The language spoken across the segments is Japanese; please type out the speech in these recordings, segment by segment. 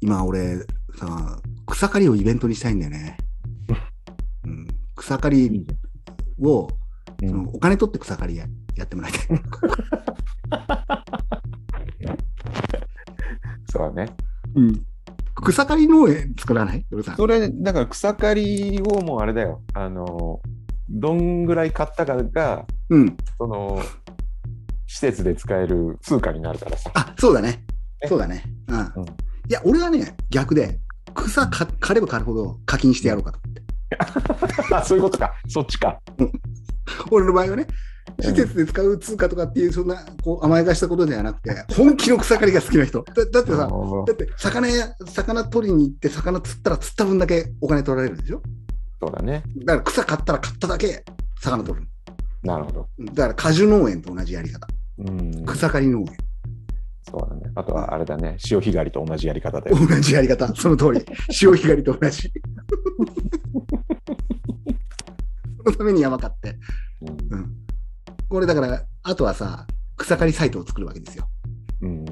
今俺さ、草刈りをイベントにしたいんだよ ね。うん、草刈いいりじを、ゃんそのお金取って草刈りややってもらいたい。 そうだね。うん、草刈り農園作らないヨルさん。それ、だから草刈りをもうあれだよ。あの、どんぐらい買ったかが、うん。その、施設で使える通貨になるからさ。 あ、そうだね。えそうだね。うん。うんいや、俺はね、逆で、草か刈れば刈るほど課金してやろう かと。あ、そういうことか。そっちか。俺の場合はね、うん施設で使う通貨とかっていう、そんなこう甘やかしたことではなくて、本気の草刈りが好きな人。だだってさ、だって魚や、魚取りに行って、魚釣ったら釣った分だけお金取られるでしょそうだね。だから草買ったら買っただけ魚取る。なるほど。うんだから果樹農園と同じやり方。うん。草刈り農園。 そうだね。あとはあれだね。潮干狩りと同じやり方だよ。同じやり方、その通り、潮干狩りと同じ。 そのために山買って、うんこれだから、あとはさ、草刈りサイトを作るわけですよ。うん。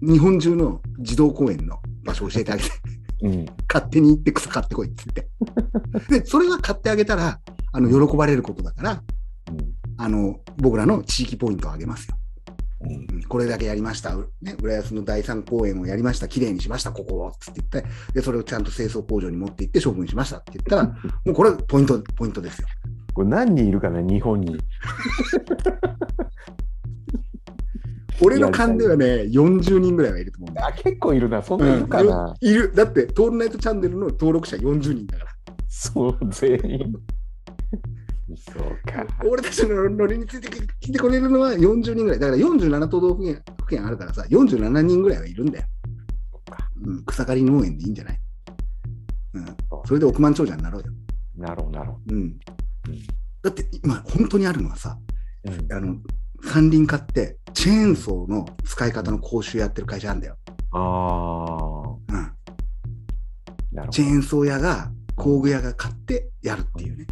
日本中の児童公園の場所を教えてあげて、 うん。勝手に行って草買ってこいって言って。で、それは買ってあげたら、あの喜ばれることだから、あの僕らの地域ポイントをあげますよ。うん。うんこれだけやりました、うね、浦安の第三公園をやりました、綺麗にしました、ここをつって言って、でそれをちゃんと清掃工場に持って行って処分しましたって言ったら、もうこれ、ポイント、ポイントですよ。これ何人いるかな、日本に。俺の勘ではね、40人ぐらいはいると思うんだよ。あ、結構いるな。そんないるかな。いる。だって、トールナイトチャンネルの登録者40人だから。そう、全員。 そうか。 俺たちのノリについてきてくれるのは40人ぐらい。だから47都道府県府県あるからさ、47人ぐらいはいるんだよ。うん、草刈り農園でいいんじゃないうん。それで億万長者になろうよ。なるほど、なるほうん。だって今、本当にあるのはさ、ど。うんあの、山林化って、チェーンソーの使い方の講習やってる会社あるんだよ。あうん。あ、なるほチェーンソー屋が、工具屋が買ってやるっていうね。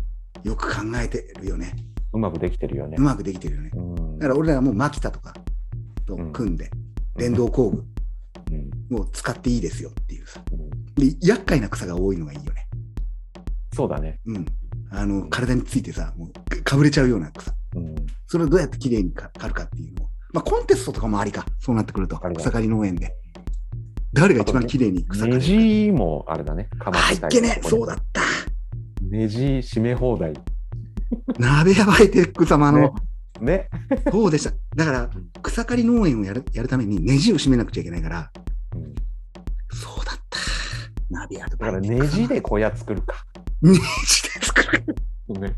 よく考えてるよね。ど。うまくできてるよねう。まくできてるよね。うんだから俺らはもうマキタとかと組んで、電動工具うんを使っていいですよっていうさ。うんで、厄介な草が多いのがいいよね。そうだね。うん。あの、体についてさ、もうかぶれちゃうような草。うんそれをどうやってきれいにか刈るかっていうのを、まあ、コンテストとかもありか、そうなってくるとあり、だ草刈り農園で。誰が一番きれいに草刈ネりをジもあれだね。かまあ、いしたっいけねそうだった。ネジ締め放題。鍋やばいテック様の、ねね。そうでした。だからうん、草刈り農園をやるやるためにネジを締めなくちゃいけないから、うんそうだった。鍋やるだか らネジで小屋作るか。ネジで作る。ね。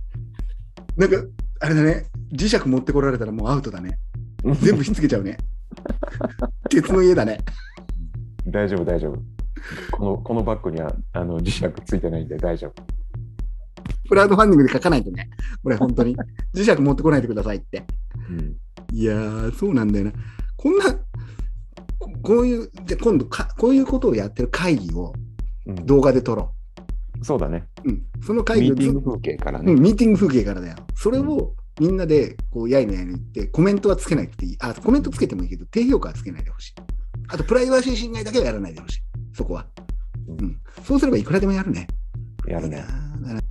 なんか、あれだね、磁石持ってこられたらもうアウトだね。全部ひっつけちゃうね。 鉄の家だね。 大丈夫、大丈夫。このこのバッグにはあの磁石ついてないんで大丈夫。クラウドファンディングで書かないとね。これ本当に。磁石持ってこないでくださいって。うんいやー、そうなんだよな。こんな、ここういう、じゃあ今度か、こういうことをやってる会議をうん動画で撮ろそうだね。う。うん。その会議ミをーテずィっング風景からうね。ん、ミーティング風景からだよ。それをみんなで、こう、やいのやいの言って、コメントはつけなくていい。あ、コメントつけてもいいけど、低評価はつけないでほしい。あと、プライバシー侵害だけはやらないでほしい。そこは。ううんん。そうすればいくらでもやるね。やるねいい。なあ